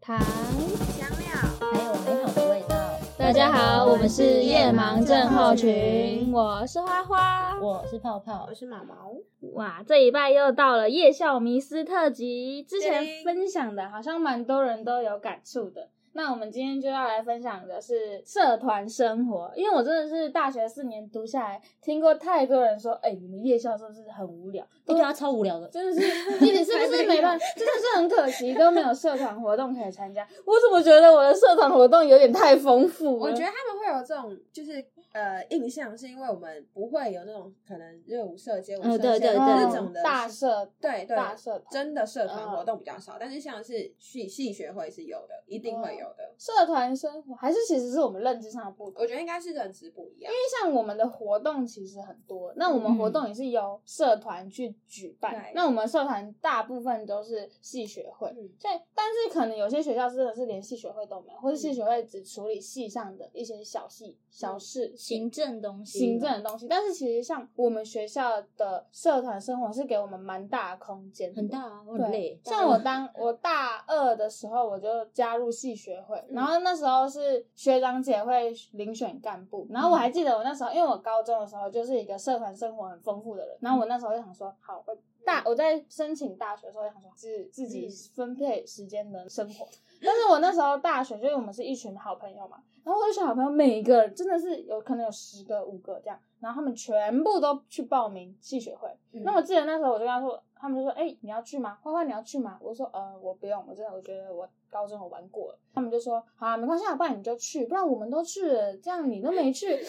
糖，香料，还有美好的味道。大家好，我们是夜盲症候群，我是花花。我是泡泡我，是毛毛。哇，这一拜又到了夜校迷思特辑，之前分享的好像蛮多人都有感触的。那我们今天就要来分享的是社团生活，因为我真的是大学四年读下来，听过太多人说，哎、你们夜校是不是很无聊？一对啊，超无聊的。真的是，你是不是没办法？真的是很可惜，都没有社团活动可以参加。 我怎么觉得我的社团活动有点太丰富了？我觉得他们会有这种就是呃印象，是因为我们不会有那种可能热舞社、街舞哦社、嗯对对对那种的大社对对大社团真的社团嗯活动比较少，但是像是系系学会是有的，一定会有的。社团生活，还是其实是我们认知上的不同。我觉得应该是认知不一因样为，像我们的活动其实很多，那我们活动也是由社团去举办。嗯对那我们社团大部分都是系学会，嗯所以但是可能有些学校真的是连系学会都没有，或者嗯系学会只处理系上的一些小系小事情。行政东西，行政的东西，但是其实像我们学校的社团生活是给我们蛮大的空间，很大啊，我对，很累。像我当我大二的时候，我就加入系学会，嗯然后那时候是学长姐会遴选干部，然嗯后我还记得我那时候，因为我高中的时候就是一个社团生活很丰富的人，然后我嗯那时候就想说，好，我大我在申请大学的时候就想说，自自己嗯分配时间的生活。但是我那时候大学，就是我们是一群好朋友嘛，然后我一群好朋友每一个人真的是有可能有十个五个这样，然后他们全部都去报名系学会，嗯那我记得那时候我就跟他说，他们就说：“哎、你要去吗？花花你要去吗？”我说：“呃，我不用，我真的我觉得我高中我玩过了。”他们就说：“好、啊，没关系，啊，不然你就去，不然我们都去了，这样你都没去。”我就情绪勒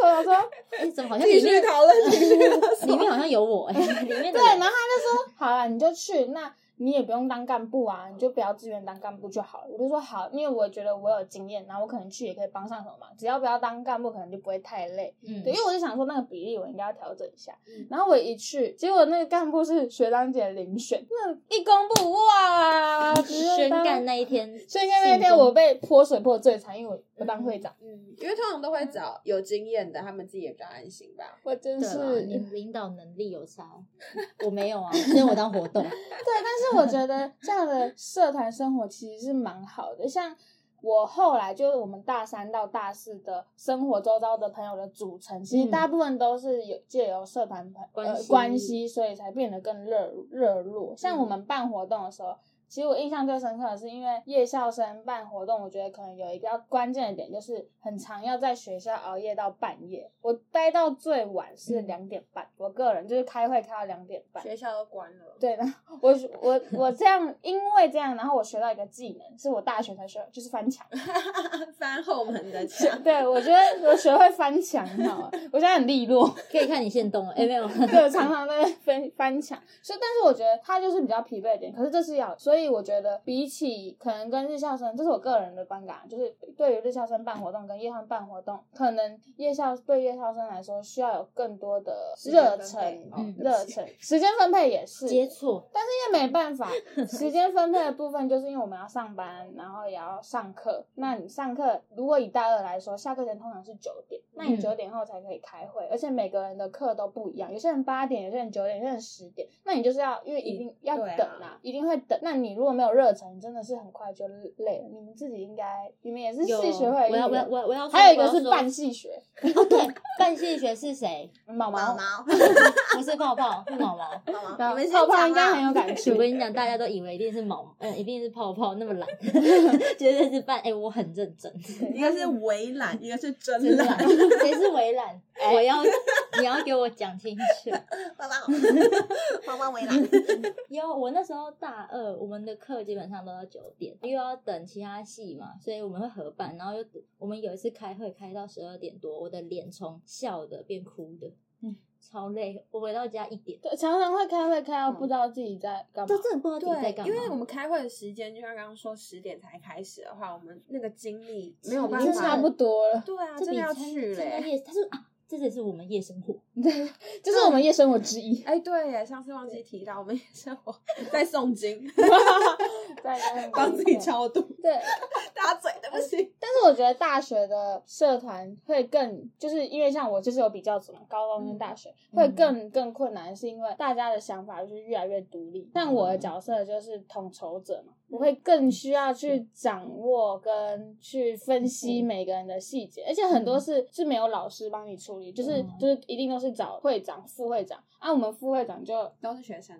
索，我说：“啊哎，怎么好像继里续面讨论，继续讨论 里面好像有我哎，里面的对。”然后他就说：“好了，你就去，那你也不用当干部啊，你就不要自愿当干部就好了。”我就说：“好，因为我觉得我有经验，然后我可能去也可以帮上什么忙，只要不要当干部，可能就不会太累。”嗯对，因为我就想说那个比例我应该要调整一下嗯。然后我一去，结果那个干部是学长姐遴选，那一公布哇，直接 宣当干。那一天，宣干那信天封我被泼水泼得最惨，因为我不当会长，嗯，因为通常都会找有经验的，他们自己也比较安心吧。我真对啦，是你领导能力有差，我 没有啊，所以我当活对，动。但是我觉得这样的社团生活其实是蛮好的。像我后来就是我们大三到大四的生活周遭的朋友的组成，其实嗯大部分都是有借由社团朋关呃系关系，所以才变得更热热络。像嗯我们办活动的时候。其实我印象最深刻的是，因为夜校生办活动，我觉得可能有一个比较关键的点，就是很常要在学校熬夜到半夜。我待到最晚是嗯两点半，我个人就是开会开到两点半，嗯学校都关了， 对，然后我我我这样，因为这样，然后我学到一个技能，是我大学才学的，就是翻 墙。。翻后门的墙对，我觉得我学会翻墙，你知道吗？我现在很利落，可以看你现动了，哎没有，对，常常在翻翻墙。所以，但是我觉得他就是比较疲惫一点，可是这是要，所以我觉得比起可能跟日校生，这是我个人的观感啊，就是对于日校生办活动跟夜校办活动，可能夜校对夜校生来说需要有更多的时间热分配忱，哦对热不起忱，时间分配也是接触但是因为没办 法，时间分配的部分就是因为我们要上班，然后也要上课。那你上课，如果以大二来说，下课前通常是九点，那你嗯九点后才可以开会，而且每个人的课都不一样，有些人八点，有些人九点，有些人十点。那你就是要，因为一定要对啊等啊，一定会等。那你如果没有热忱，你真的是很快就累了。你们自己应该，你们也是有，系学会的一员，我要我要我要我要说，还有一个是我要说办系学，哦对，办戏学是谁？毛毛毛，毛，不是泡泡，是毛毛。毛然毛，后你们先泡泡讲应该啊很有感触 我。跟你讲，大家都以为一定是毛，嗯，一定是泡泡那么懒， 绝对是办。哎、我很认真，一个是围栏，一个是真真 懒。哎懒。谁是围 栏？我要，你要给我讲清楚。帮帮，帮帮围栏。 有，我那时候大二，我们的课基本上都到九点，又要等其他系嘛，所以我们会合办。然后又我们有一次开会开到十二点多，我的脸从笑的变哭的，嗯超累。我回到家一 点，对，常常会开会开到不知道自己在干嘛都。真的不知道自己在干嘛。因为我们开会的时间，就像刚刚说十点才开始的话，我们那个精力没有已办经法。差不多了，对啊，这真比的要参去参加嘞。夜，他说啊，这也是我们夜生活。这是我们夜生活之 一。哎，对耶，上次忘记提到，我们也是我在诵经， 在帮自己超度， 对，打嘴，对不起。但是我觉得大学的社团会更，就是因为像我就是有比较组嘛，高中跟大学、嗯会更更嗯困难，是因为大家的想法就是越来越独立。像我的角色就是统筹者嘛，我会更需要去掌握跟去分嗯析每个人的细节，而且很多是是没有老师帮你处理，就是嗯就是一定都是找会长、副会长啊，我们副会长就都是学生，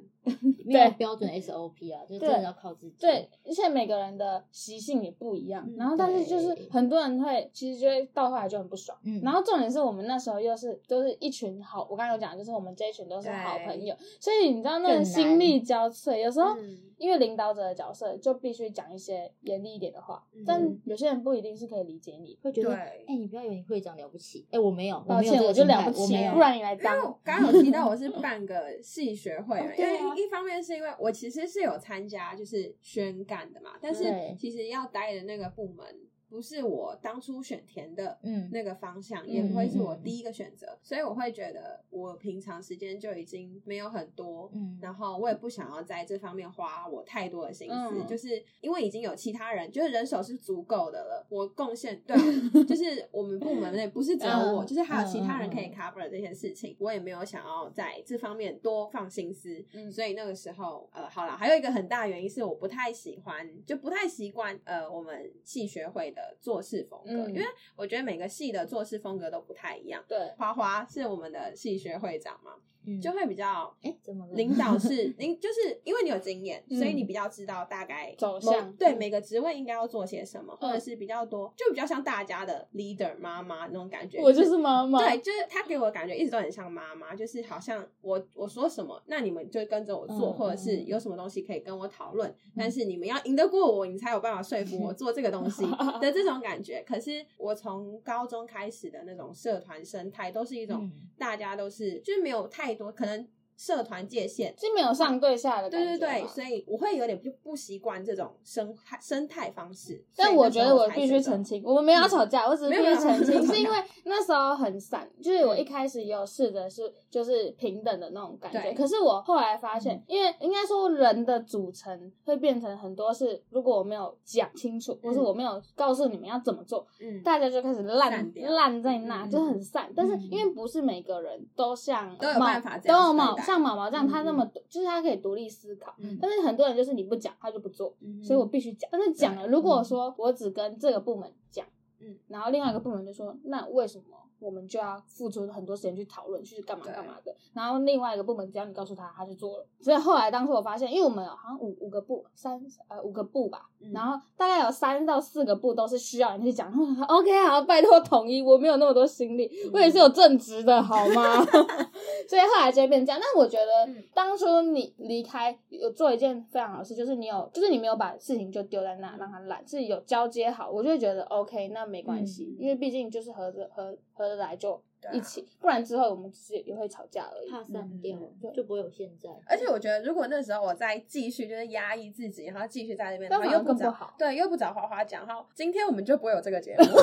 没有对标准 SOP 啊，就真的要靠自己。对，而且每个人的习性也不一样嗯，然后但是就是对很多人会，其实就会到后来就很不爽。嗯，然后重点是我们那时候又是都、是一群好，我刚刚有讲，就是我们这一群都是好朋友，所以你知道那个更难心力交瘁，有时候嗯因为领导者的角色就必须讲一些严厉一点的话，嗯但有些人不一定是可以理解你。会觉得，哎、对你不要以为你会长了不起，哎、我没有，抱没有歉，这我个就心了态，不我起没，有，不然你来因为当我。刚刚有提到我是半个系学会嘛因对啊为一方面是因为我其实是有参加就是宣干的嘛，但是对其实要待的那个部门不是我当初选填的嗯，那个方向，嗯也不会是我第一个选择，所以我会觉得我平常时间就已经没有很多，嗯然后我也不想要在这方面花我太多的心思，嗯就是因为已经有其他人，就是人手是足够的了，我贡献对啊， 就是我们部门内不是只有我，嗯就是还有其他嗯嗯人嗯可以 cover 这些事情，我也没有想要在这方面多放心思，嗯所以那个时候呃，好了，还有一个很大原因是我不太喜欢，就不太习惯呃我们系学会的做事风格，嗯因为我觉得每个系的做事风格都不太一样。对，花花是我们的系学会长嘛，嗯就会比较哎、怎么了？领导是领，就是因为你有经验，嗯所以你比较知道大概走某向对嗯每个职位应该要做些什么，或者是比较多，就比较像大家的 leader 妈妈那种感觉。我就是妈妈。对，就是他给我的感觉一直都很像妈妈，就是好像我我说什么，那你们就跟着我做，嗯或者是有什么东西可以跟我讨论，嗯但是你们要赢得过我，你才有办法说服我做这个东 西的这种感觉。可是我从高中开始的那种社团生态，都是一种、嗯大家都是就是没有太多可能社团界限。是没有上对下的感对觉对嘛。对，所以我会有点就不习惯这种生态生态方式。但所以我那时觉候得我才必须选择嗯澄清，我们没有要吵架，我只是必没有没须有 嗯澄没有清，是因为那时候很散，就是我一开始也有试着是就是平等的那种感觉，对嗯可是我后来发现，因为应该说人的组成会变成很多是，如果我没有讲清楚，或是我没有告诉你们要怎么做，嗯，大家就开始烂散掉烂在那，嗯就很散。但是嗯因为不是每个人都像都有毛办法这都样有看毛待像毛毛这样，嗯他那嗯么独就是他可以独立思考。嗯但是很多人就是你不讲，他就不做。嗯所以我必须讲。但是讲了，对如果说我只跟这个部门讲，嗯，然后另外一个部门就说，那为什么我们就要付出很多时间去讨论，去干嘛对干嘛的？然后另外一个部门只要你告诉他，他就做了。所以后来当时我发现，因为我们有好像五五个部，三呃五个部吧，嗯然后大概有三到四个部都是需要你去讲。OK，好，拜托统一，我没有那么多心力，我也是嗯有正职的好吗？ 所以后来就会变这样。但我觉得嗯当初你离开有做一件非常好的事，就是你有，就是你没有把事情就丢在那让它烂，是有交接好，我就会觉得 OK，那没关系，嗯因为毕竟就是合着合合得来就对啊一起，不然之后我们只是也会吵架而已。怕散掉嗯，就不会有现在。而且我觉得，如果那时候我再继续就是压抑自己，然后继续在那边，但然反而后又不更不找好对，又不找花花讲，然后今天我们就不会有这个节目。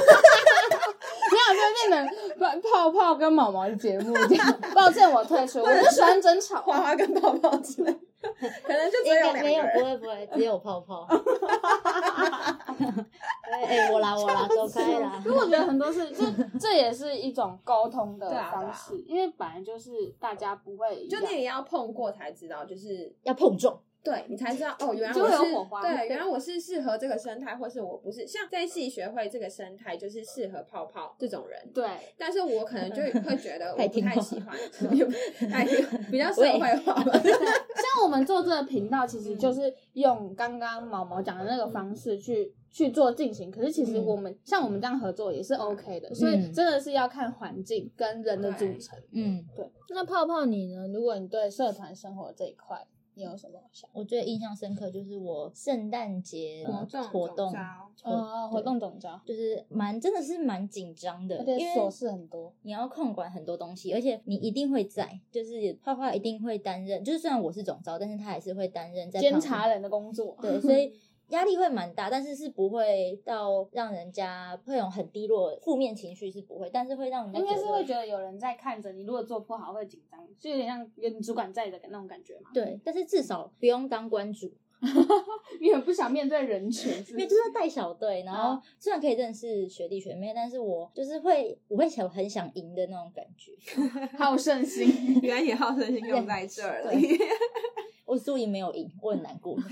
没有，就变成泡泡跟毛毛的节目这样。抱歉，我退出，我不喜欢争吵。花花跟泡泡之类，可能就 只有应两该个没有，不人。会不会，只有泡 泡。哎、哎我啦我啦，走开啦。可我觉得很多事，这这也是一种沟通的对啊对啊方式，因为本来就是大家不会一就样你也要碰过才知道，就是要碰撞，对你才知道哦，原来就我会有是火花对，对原来我是适合这个生态，或是我不是。像在戏学会这个生态，就是适合泡泡这种人。对。但是我可能就会觉得太我不听话太喜欢， 太比较社会化吧。 像我们做这个频道，其实就是用刚刚毛毛讲的那个方式去、去做进行。可是其实我们、像我们这样合作也是 OK 的，所以真的是要看环境跟人的组成。嗯，对，那泡泡你呢？如果你对社团生活这一块，你有什么想？我最印象深刻就是我圣诞节活动活动总招活呃，活对动总招，就是蛮真的是蛮紧张的而，且因为琐事很多。你要控管很多东西，而且你一定会在，就是花花一定会担任，就是虽然我是总招，但是他还是会担任在监旁边 察人的工作，对，所以压力会蛮大，但是是不会到让人家会有很低落的负面情绪是不会，但是会让人家应该是会得觉得有人在看着你，如果做不好会紧张，就有点像有你主管在的那种感觉嘛。 对，但是至少不用当关主，你很不想面对人群，是不因为是就是要带小队，然后啊虽然可以认识学弟学妹，但是我就是会我会想很想赢的那种感觉， 好胜心。原来你好胜心用在这儿了。我输赢没有赢，我很难过。呃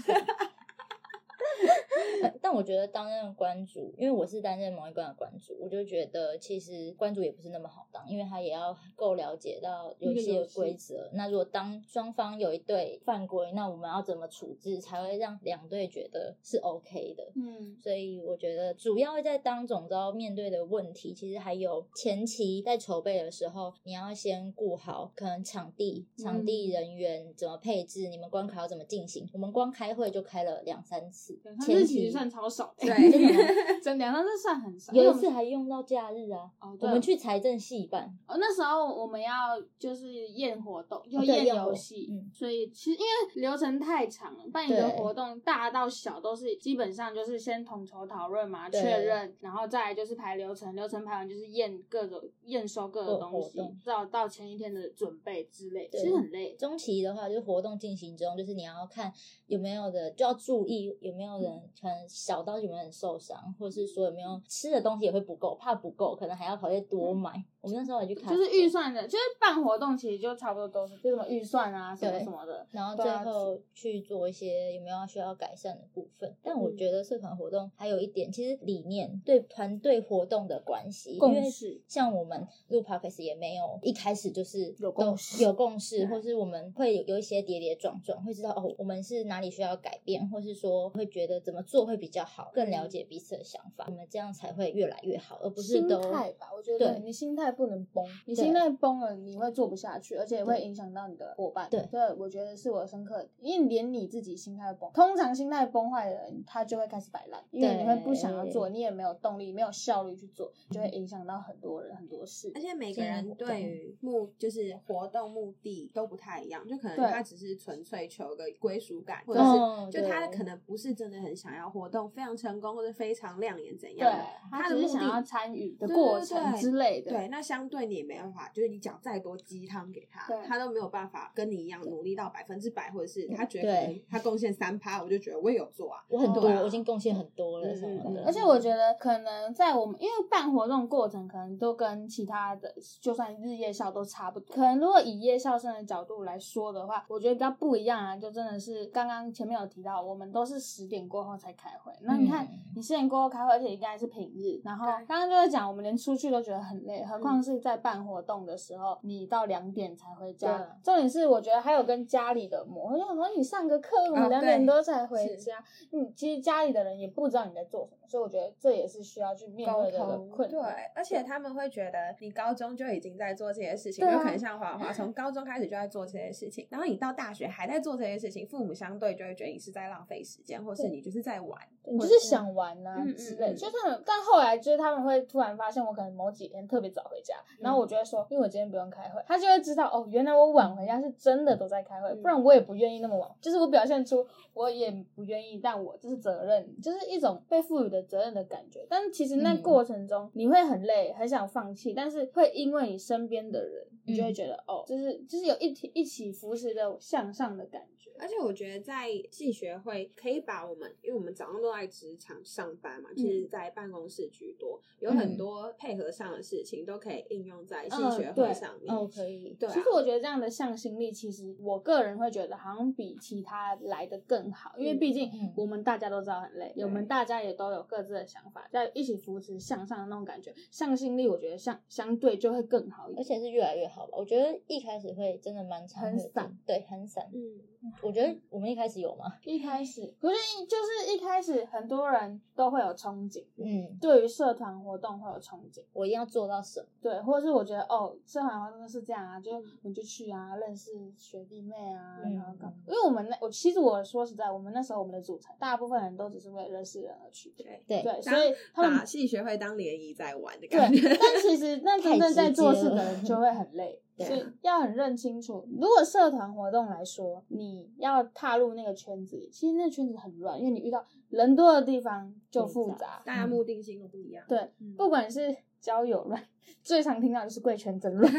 但我觉得担任关主，因为我是担任某一关的关主，我就觉得其实关主也不是那么好当，因为他也要够了解到游戏那个游的戏规则。那如果当双方有一队犯规，那我们要怎么处置才会让两队觉得是 OK 的？嗯，所以我觉得主要在当总招面对的问题，其实还有前期在筹备的时候，你要先顾好可能场地、场嗯地人员怎么配置，你们关卡要怎么进行。我们光开会就开了两三次，前前日其期实算超少的，对真的 真的，那这算很少。因为有我一们次还用到假日啊，哦，我对们去财政系办，哦，那时候我们要就是验活动，就哦对验验活游戏，嗯所以其实因为流程太长了，办一个对活动大到小都是基本上就是先统筹讨论嘛，确对认，然后再来就是排流程，流程排完就是验各个验收各个各东西活动，到到前一天的准备之类，其对实很累。中期的话，就是活动进行中，就是你要看有没有的，就要注意有没有嗯人可能小到有没有人受伤，或者是说有没有吃的东西也会不够，怕不够，可能还要跑去多买。我们那时候也去嗯看，就是预，算的，就是办活动，其实就差不多都是，就什么预算啊，什么对什么的。然后对最啊后去做一些有没有需要改善的部分。但我嗯觉得社团活动还有一点，其实理念对团队活动的关系，共因为识像我们录 podcast 也没有一开始就是有都共识有共识，对或是我们会有有一些跌跌撞撞，会知道哦，我们是哪里需要改变，或是说会觉得怎么做会比较好，更了解彼此的想法，我们这样才会越来越好，而不嗯是心都态吧，我觉得对你心态不能崩，你心态崩了，你会做不下去，而且也会影响到你的伙伴。对对，我觉得是我深刻的，因为连你自己心态崩，通常心态崩坏的人，他就会开始摆烂，因为对你会不想要做，你也没有动力，没有效率去做，就会影响到很多人很多事 而。且每个这样人活对动于目就是活动目的都不太一样，就可能对他只是纯粹求个归属感，或者是哦，就他对可能不是真的很想要活动非常成功或者非常亮眼怎对样的，，他他的只目是想要的。参与的对过对程对之类的。对，那相对你也没办法，就是你讲再多鸡汤给他对，他都没有办法跟你一样努力到百分之百，或者是他觉得对可能他贡献三趴，我就觉得我也有做啊。我很多，对啊我已经贡献很多了什嗯么嗯的，嗯而且我觉得可能在我们因为办活动过程，可能都跟其他的就算日夜校都差不多。可能如果以夜校生的角度来说的话，我觉得比较不一样啊，就真的是刚刚前面有提到，我们都是十点过后才开会。那你看，嗯你十点过后开会，而且应该是平日，然后对嗯刚刚就在讲，我们连出去都觉得很累，何况是在办活动的时候，你到两点才回对家。重点是我觉得还有跟家里的磨，我想说你上个课，你啊两点对多才回是家。嗯，其实家里的人也不知道你在做什么，所以我觉得这也是需要去面对的一个困对难。，而且他们会觉得你高中就已经在做这些事情，对啊就可能像华华从高中开始就在做这些事情，然后你到大学还在做这些事情，父母相对就会觉得你是在浪费时间，或是你就是在玩。你就是想玩呐、嗯嗯之类，嗯就他们，但后来就是他们会突然发现我可能某几天特别早回家，然后嗯我就会说，因为我今天不用开会，他就会知道哦，原来我晚回家是真的都在开会，嗯不然我也不愿意那么晚，就是我表现出我也不愿意，但我这是责任，就是一种被赋予的责任的感觉。但其实那嗯过程中你会很累，很想放弃，但是会因为你身边的人，你就会嗯觉得、哦，就是就是有一起一起扶持的向上的感觉。而且我觉得在系学会可以把我们，因为我们早上都在职场上班嘛，嗯就是在办公室居多，有很多配合上的事情都可以应用在系嗯学对会上面。哦可以，对啊其实我觉得这样的向心力，其实我个人会觉得好像比其他来的更好，因为毕竟嗯我们大家都知道很累，我们大家也都有各自的想法，在一起扶持向上的那种感觉，向心力我觉得相相对就会更好一点。而且是越来越好吧。我觉得一开始会真的蛮常很会有这散，对，很散。嗯，我觉得我们一开始有嘛，一开始，可是一就是一开始很多人都会有憧憬，嗯，对于社团活动会有憧憬。我一定要做到什么？对，或者是我觉得哦，社团活动是这样啊，就你就去啊，认识学弟妹啊，嗯然后干嘛？因为我们那我其实我说实在，我们那时候我们的组成大部分人都只是为了认识人而去，对，对，对，所以他们把系学会当联谊在玩的对感觉。， 但其实那真正在做事的人就会很 累，太所直接以了要很认清楚。如果社团活动来说，你要踏入那个圈子里，其实那圈子很乱，因为你遇到人多的地方就复复杂，大家目的性都不一样。对，嗯不管是交友论，最常听到就是贵圈争论，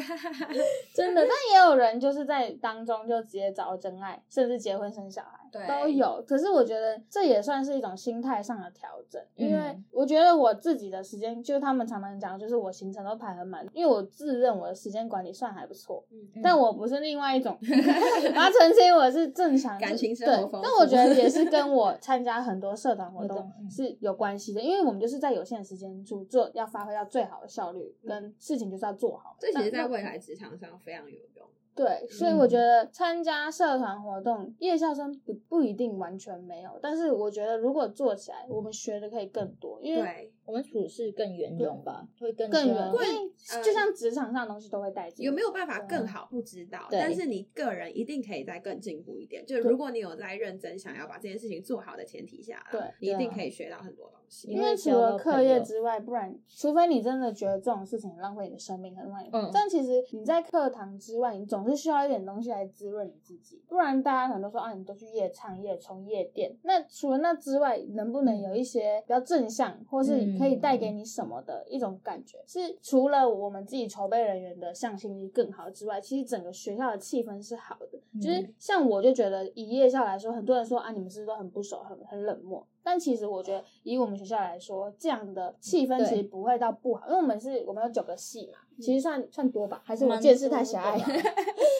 真的。但也有人就是在当中就直接找到真爱，甚至结婚生小孩对都有。可是我觉得这也算是一种心态上的调整，因嗯为我觉得我自己的时间，就他们常常讲，就是我行程都排很满，因为我自认我的时间管理算还不错，嗯但我不是另外一种， 我要澄清我是正常感情生对活丰富但我觉得也是跟我参加很多 社团活活动动嗯是有关系的，因为我们就是在有限的时间去做，要发挥到最好的效率，嗯跟事情就是要做好。这其实在那未来职场上非常有用。对，所以我嗯觉得参加社团活动，夜校生不不一定完全没有，但是我觉得如果做起来，我们学的可以更多，因为对，我们处事更圆融吧，会更更知远道，因为呃就像职场上的东西都会带进。有没有办法对更好不知道，对但是你个人一定可以再更进步一点。就如果你有在认真想要把这件事情做好的前提下啦，对嗯你一定对啊可以学到很多东西。因因为为除交了到课朋业友之外，不然除非你真的觉得这种事情很浪费你的生命，很浪费。嗯但其实你在课堂之外，你总是需要一点东西来滋润你自己，不然大家可能都说啊，你都去夜唱、夜冲、夜店。那除了那之外，能不能嗯有一些比较正向，或是可以带给你什么的一种感觉？是除了我们自己筹备人员的向心力更好之外，其实整个学校的气氛是好的。就是像我就觉得以夜校来说，很多人说啊，你们是不是都很不熟、很很冷漠？但其实我觉得以我们学校来说，这样的气氛对其实不会到不好，因为我们是我们有九个系嘛，其实算算嗯多吧，还是我蛮见识太狭隘多了。 的吧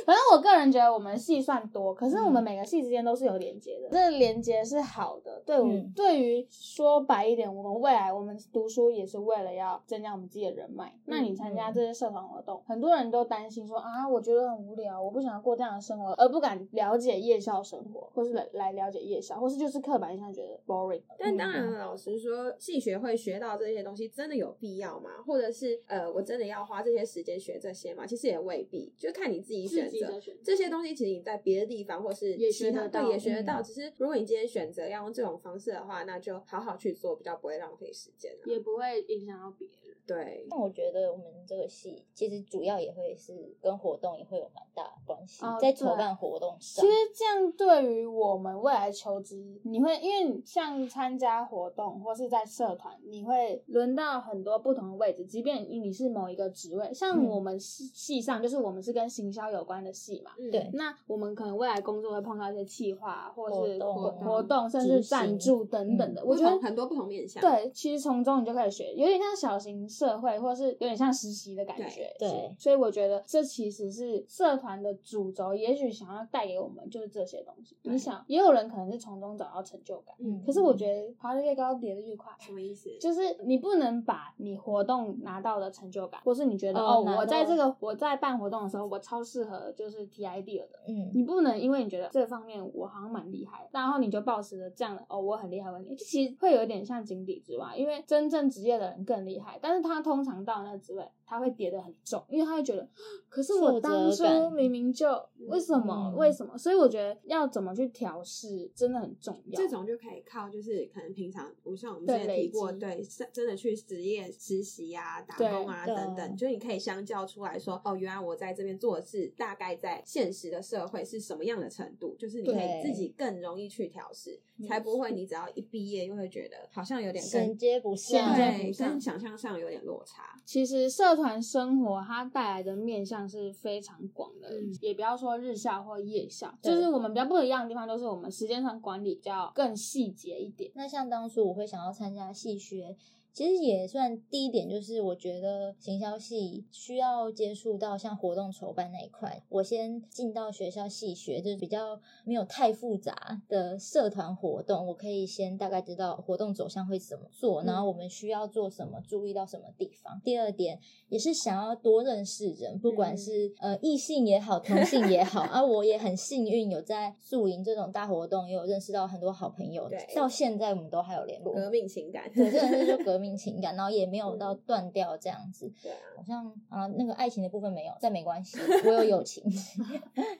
反正我个人觉得我们系算多，可是我们每个系之间都是有连接的，嗯这连接是好的。对我、嗯对于说白一点，我们未来我们读书也是为了要增加我们自己的人脉。那你参加这些社团活动，很多人都担心说啊，我觉得很无聊，我不想要过这样的生活，而不敢了解夜校生活，或是来来了解夜校，或是就是刻板印象觉得 boring。但当然了，老实说，系学会学到这些东西真的有必要吗？或者是呃，我真的要花这些时间学这些吗？其实也未必，就看你自己选择。选这些东西其实你在别的地方或是也其学他得到对也学得嗯到，只是如果你今天选择要用这种方式的话，那就好好去做，比较不会浪费时间啊。也不会影响到别人。对，但我觉得我们这个戏其实主要也会是跟活动也会有蛮大的关系，哦在筹对办活动其上实，这样对于我们未来求职，你会因为你像参加活动或是在社团，你会轮到很多不同的位置，即便你是某一个职位，像嗯我们系系上就是我们是跟行销有关的系嘛，嗯对那我们可能未来工作会碰到一些企划或是活动活啊嗯活动，甚至执行赞助等等的，我不觉得同很多不同面向。对，其实从中你就可以学，有点像小型社会，或是有点像实习的感觉。对是对所以我觉得这其实是社团的主轴，也许想要带给我们就是这些东西。对你想，也有人可能是从中找到成就感，嗯可是我觉得爬得越高，跌得越快。什么意思？就是你不能把你活动拿到的成就感，或是你觉得哦哦，拿我在到这个我在办活动的时候，我超适合就是 T I D E 的，嗯，你不能因为你觉得这方面我好像蛮厉害，然后你就抱持着这样的哦，我很厉害，我很厉害，就其实会有点像井底之蛙，因为真正职业的人更厉害，但是他通常到那个职位，他会跌得很重，因为他会觉得，可是我挫折当初感明明就为什么、嗯为什么，所以我觉得要怎么去调试真的很重要。这种就可以靠，就是可能平常，我像我们对之前提累积过，对，是真的去职业实习啊、打对工啊对等等，就你可以相较出来说，哦，原来我在这边做的事，大概在现实的社会是什么样的程度，就是你可以对自己更容易去调试，嗯才不会你只要一毕业就会觉得好像有点衔跟接不上，衔接对不上跟想象上有点落差。其实社团生活它带来的面向是非常广的，嗯也不要说日校或夜校，对就是我们比较不一样的地方，就是我们时间上管理比较更细节一点。那像当初我会想要参加戏学，其实也算第一点，就是我觉得行销系需要接触到像活动筹办那一块。我先进到学校系学，就是比较没有太复杂的社团活动，我可以先大概知道活动走向会怎么做，嗯然后我们需要做什么，注意到什么地方。第二点也是想要多认识人，不管嗯是、呃异性也好，同性 也好，啊，我也很幸运有在宿营这种大活动，也有认识到很多好朋友对，到现在我们都还有联络。革命情感，对，真的是就革命情感，然后也没有到嗯断掉这样子。对啊好像啊，那个爱情的部分没有，但没关系，我有友情。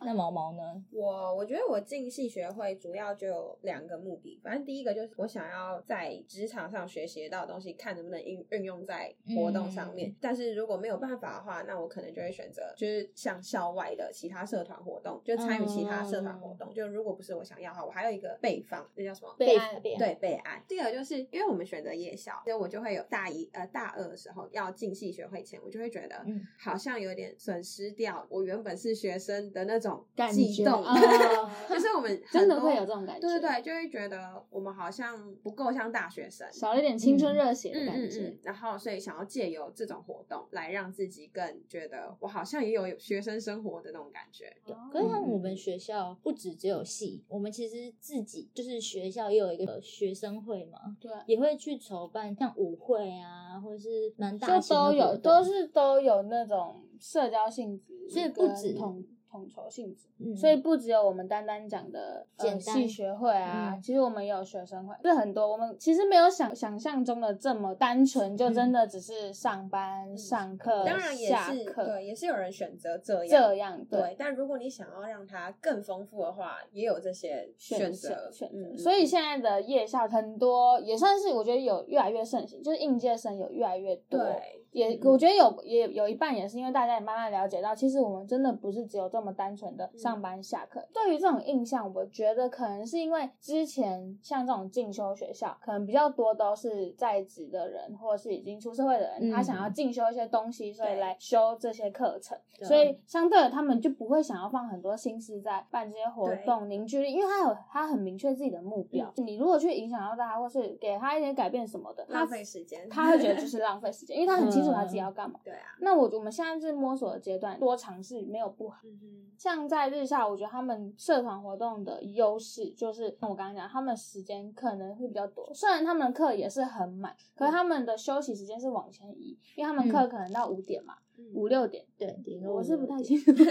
那毛毛呢？我我觉得我进系学会主要就有两个目的，反正第一个就是我想要在职场上学习到的东西，看能不能运运用在活动上面。但是如果没有办法的话，那我可能就会选择就是像校外的其他社团活动，就参与其他社团活动。就如果不是我想要的话，我还有一个备放，那叫什么？备被案被对备案，第二个就是因为我们选择夜校，所以我就会有大一呃大二的时候要进系学会前，我就会觉得嗯好像有点损失掉我原本是学生的那种感悸觉动，啊 就是 我们很真的多会有这种感觉，对对对，就会觉得我们好像不够像大学生，少了一点青春热血的嗯感嗯觉嗯，，然后所以想要借由这种活动来让自己更觉得我好像也有学生生活的那种感觉。对，可是像哦我们学校不止只有系，我们其实自己就是学校也有一个学生会嗯嘛，对。也会去筹办像舞会啊，或者是蛮大就型的都活有，动都是都有那种社交性质，所以不止统统筹性质，嗯所以不只有我们单单讲的简呃单系学会啊，嗯其实我们也有学生会，是很多。我们其实没有想想象中的这么单纯，就真的只是上班、上课、嗯当然也呃下是课对，也是有人选择这样。这样对，对。但如果你想要让它更丰富的话，也有这些选择。选择，嗯，所以像现在的夜校很多也算是，我觉得有越来越盛行，就是应届生有越来越多。对，也嗯我觉得有也有一半也是因为大家也慢慢了解到，其实我们真的不是只有这么单纯的嗯上班下课。对于这种印象，我觉得可能是因为之前像这种进修学校，可能比较多都是在职的人或者是已经出社会的人，嗯他想要进修一些东西，所以对来修这些课程，对啊所以相对的他们就不会想要放很多心思在办这些活对嗯动凝聚力，因为他有他很明确自己的目标。你如果去影响到大家，或是给他一点改变什么的，他浪费时间，他会觉得 就是浪费时间，因为他很清楚他自己要干嘛。对啊，那我我们现在是摸索的阶段，多尝试没有不好。嗯哼，像在日校，我觉得他们社团活动的优势就是，像我刚刚讲，他们时间可能会比较多。虽然他们的课也是很满，可是嗯他们的休息时间是往前移，因为他们课可能到五点嘛，五六点。嗯对，顶多我五是六不太点清楚。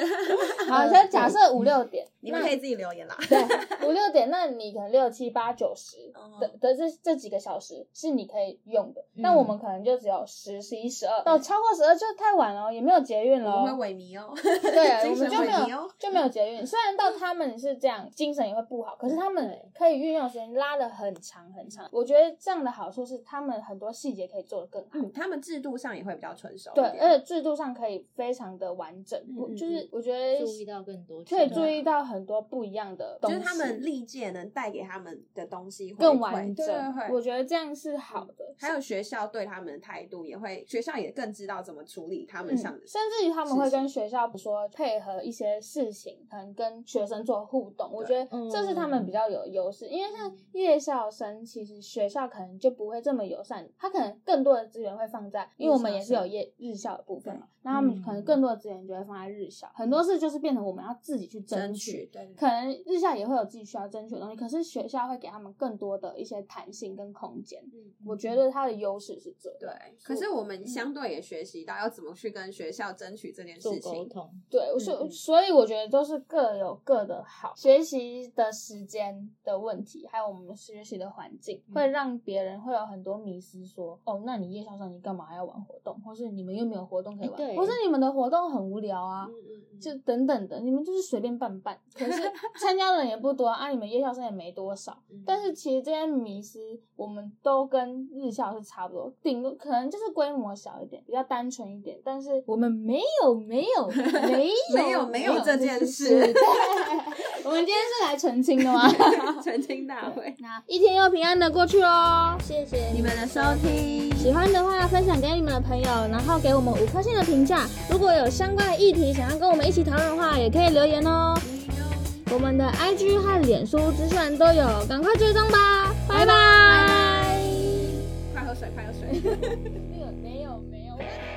好，先假设五六点，你们那可以自己留言啦。对，五六点，那你可能六七八九十哦的的这这几个小时是你可以用的，嗯但我们可能就只有十、十一、十二，到超过十二就太晚了，也没有捷运我们了。会萎靡 哦，对，我们精神就萎没靡有哦。就没有捷运。虽然到他们是这样，精神也会不好，可是他们可以运用的时间拉的很长很长。我觉得这样的好处是，他们很多细节可以做得更好。嗯，他们制度上也会比较成熟一对，呃点。而且制度上可以非常的完整，不嗯嗯就是嗯我觉得注意到更多可以事注意到很多不一样的东就西。是他们历届能带给他们的东西会更完对整对，对我觉得这样是好的。还有学校对他们的态度也会，学校也更知道怎么处理他们嗯，上的事。甚至于他们会事情跟学校说配合一些事情，可能跟学生做互动，我觉得嗯这是他们比较有优势。因为嗯像夜校生，其实学校可能就不会这么友善，他可能更多的资源会放在，因为我们也是有夜日校的部分嘛，那他们可能更多的资源就会放在日校，很多事就是变成我们要自己去争争取取，对对对可能日校也会有自己需要争取的东西，可是学校会给他们更多的一些弹性跟空间。嗯我觉得它的优势是这对样。，可是我嗯们相对也学习到要怎么去跟学校争取这件做事沟情。通，对，所、嗯嗯所以我觉得都是各有各的好，学习的时间的问题，还有我们学习的环境，嗯会让别人会有很多迷失，说哦，那你夜校生你干嘛还要玩活动，或是你们又没有活动可以玩，哎对或是你们的活动很无聊啊。嗯嗯就等等的，你们就是随便办办，可是参加的人也不多啊，你们夜校生也没多少，嗯但是其实这些迷失，我们都跟日校是差不多，顶多可能就是规模小一点，比较单纯一点。但是我们没有没 有没有没有没有这件事对 我们今天是来澄清的吗？ 澄清大会，那一天又平安的过去喽。谢谢你们的收听，喜欢的话，分享给你们的朋友，然后给我们五颗星的评价。如果有相关的议题想要跟我们一起讨论的话，也可以留言哦。我们的 IG 和脸书资讯栏都有，赶快追踪吧，拜拜快喝水，快喝水。没有没有没有，我跟你。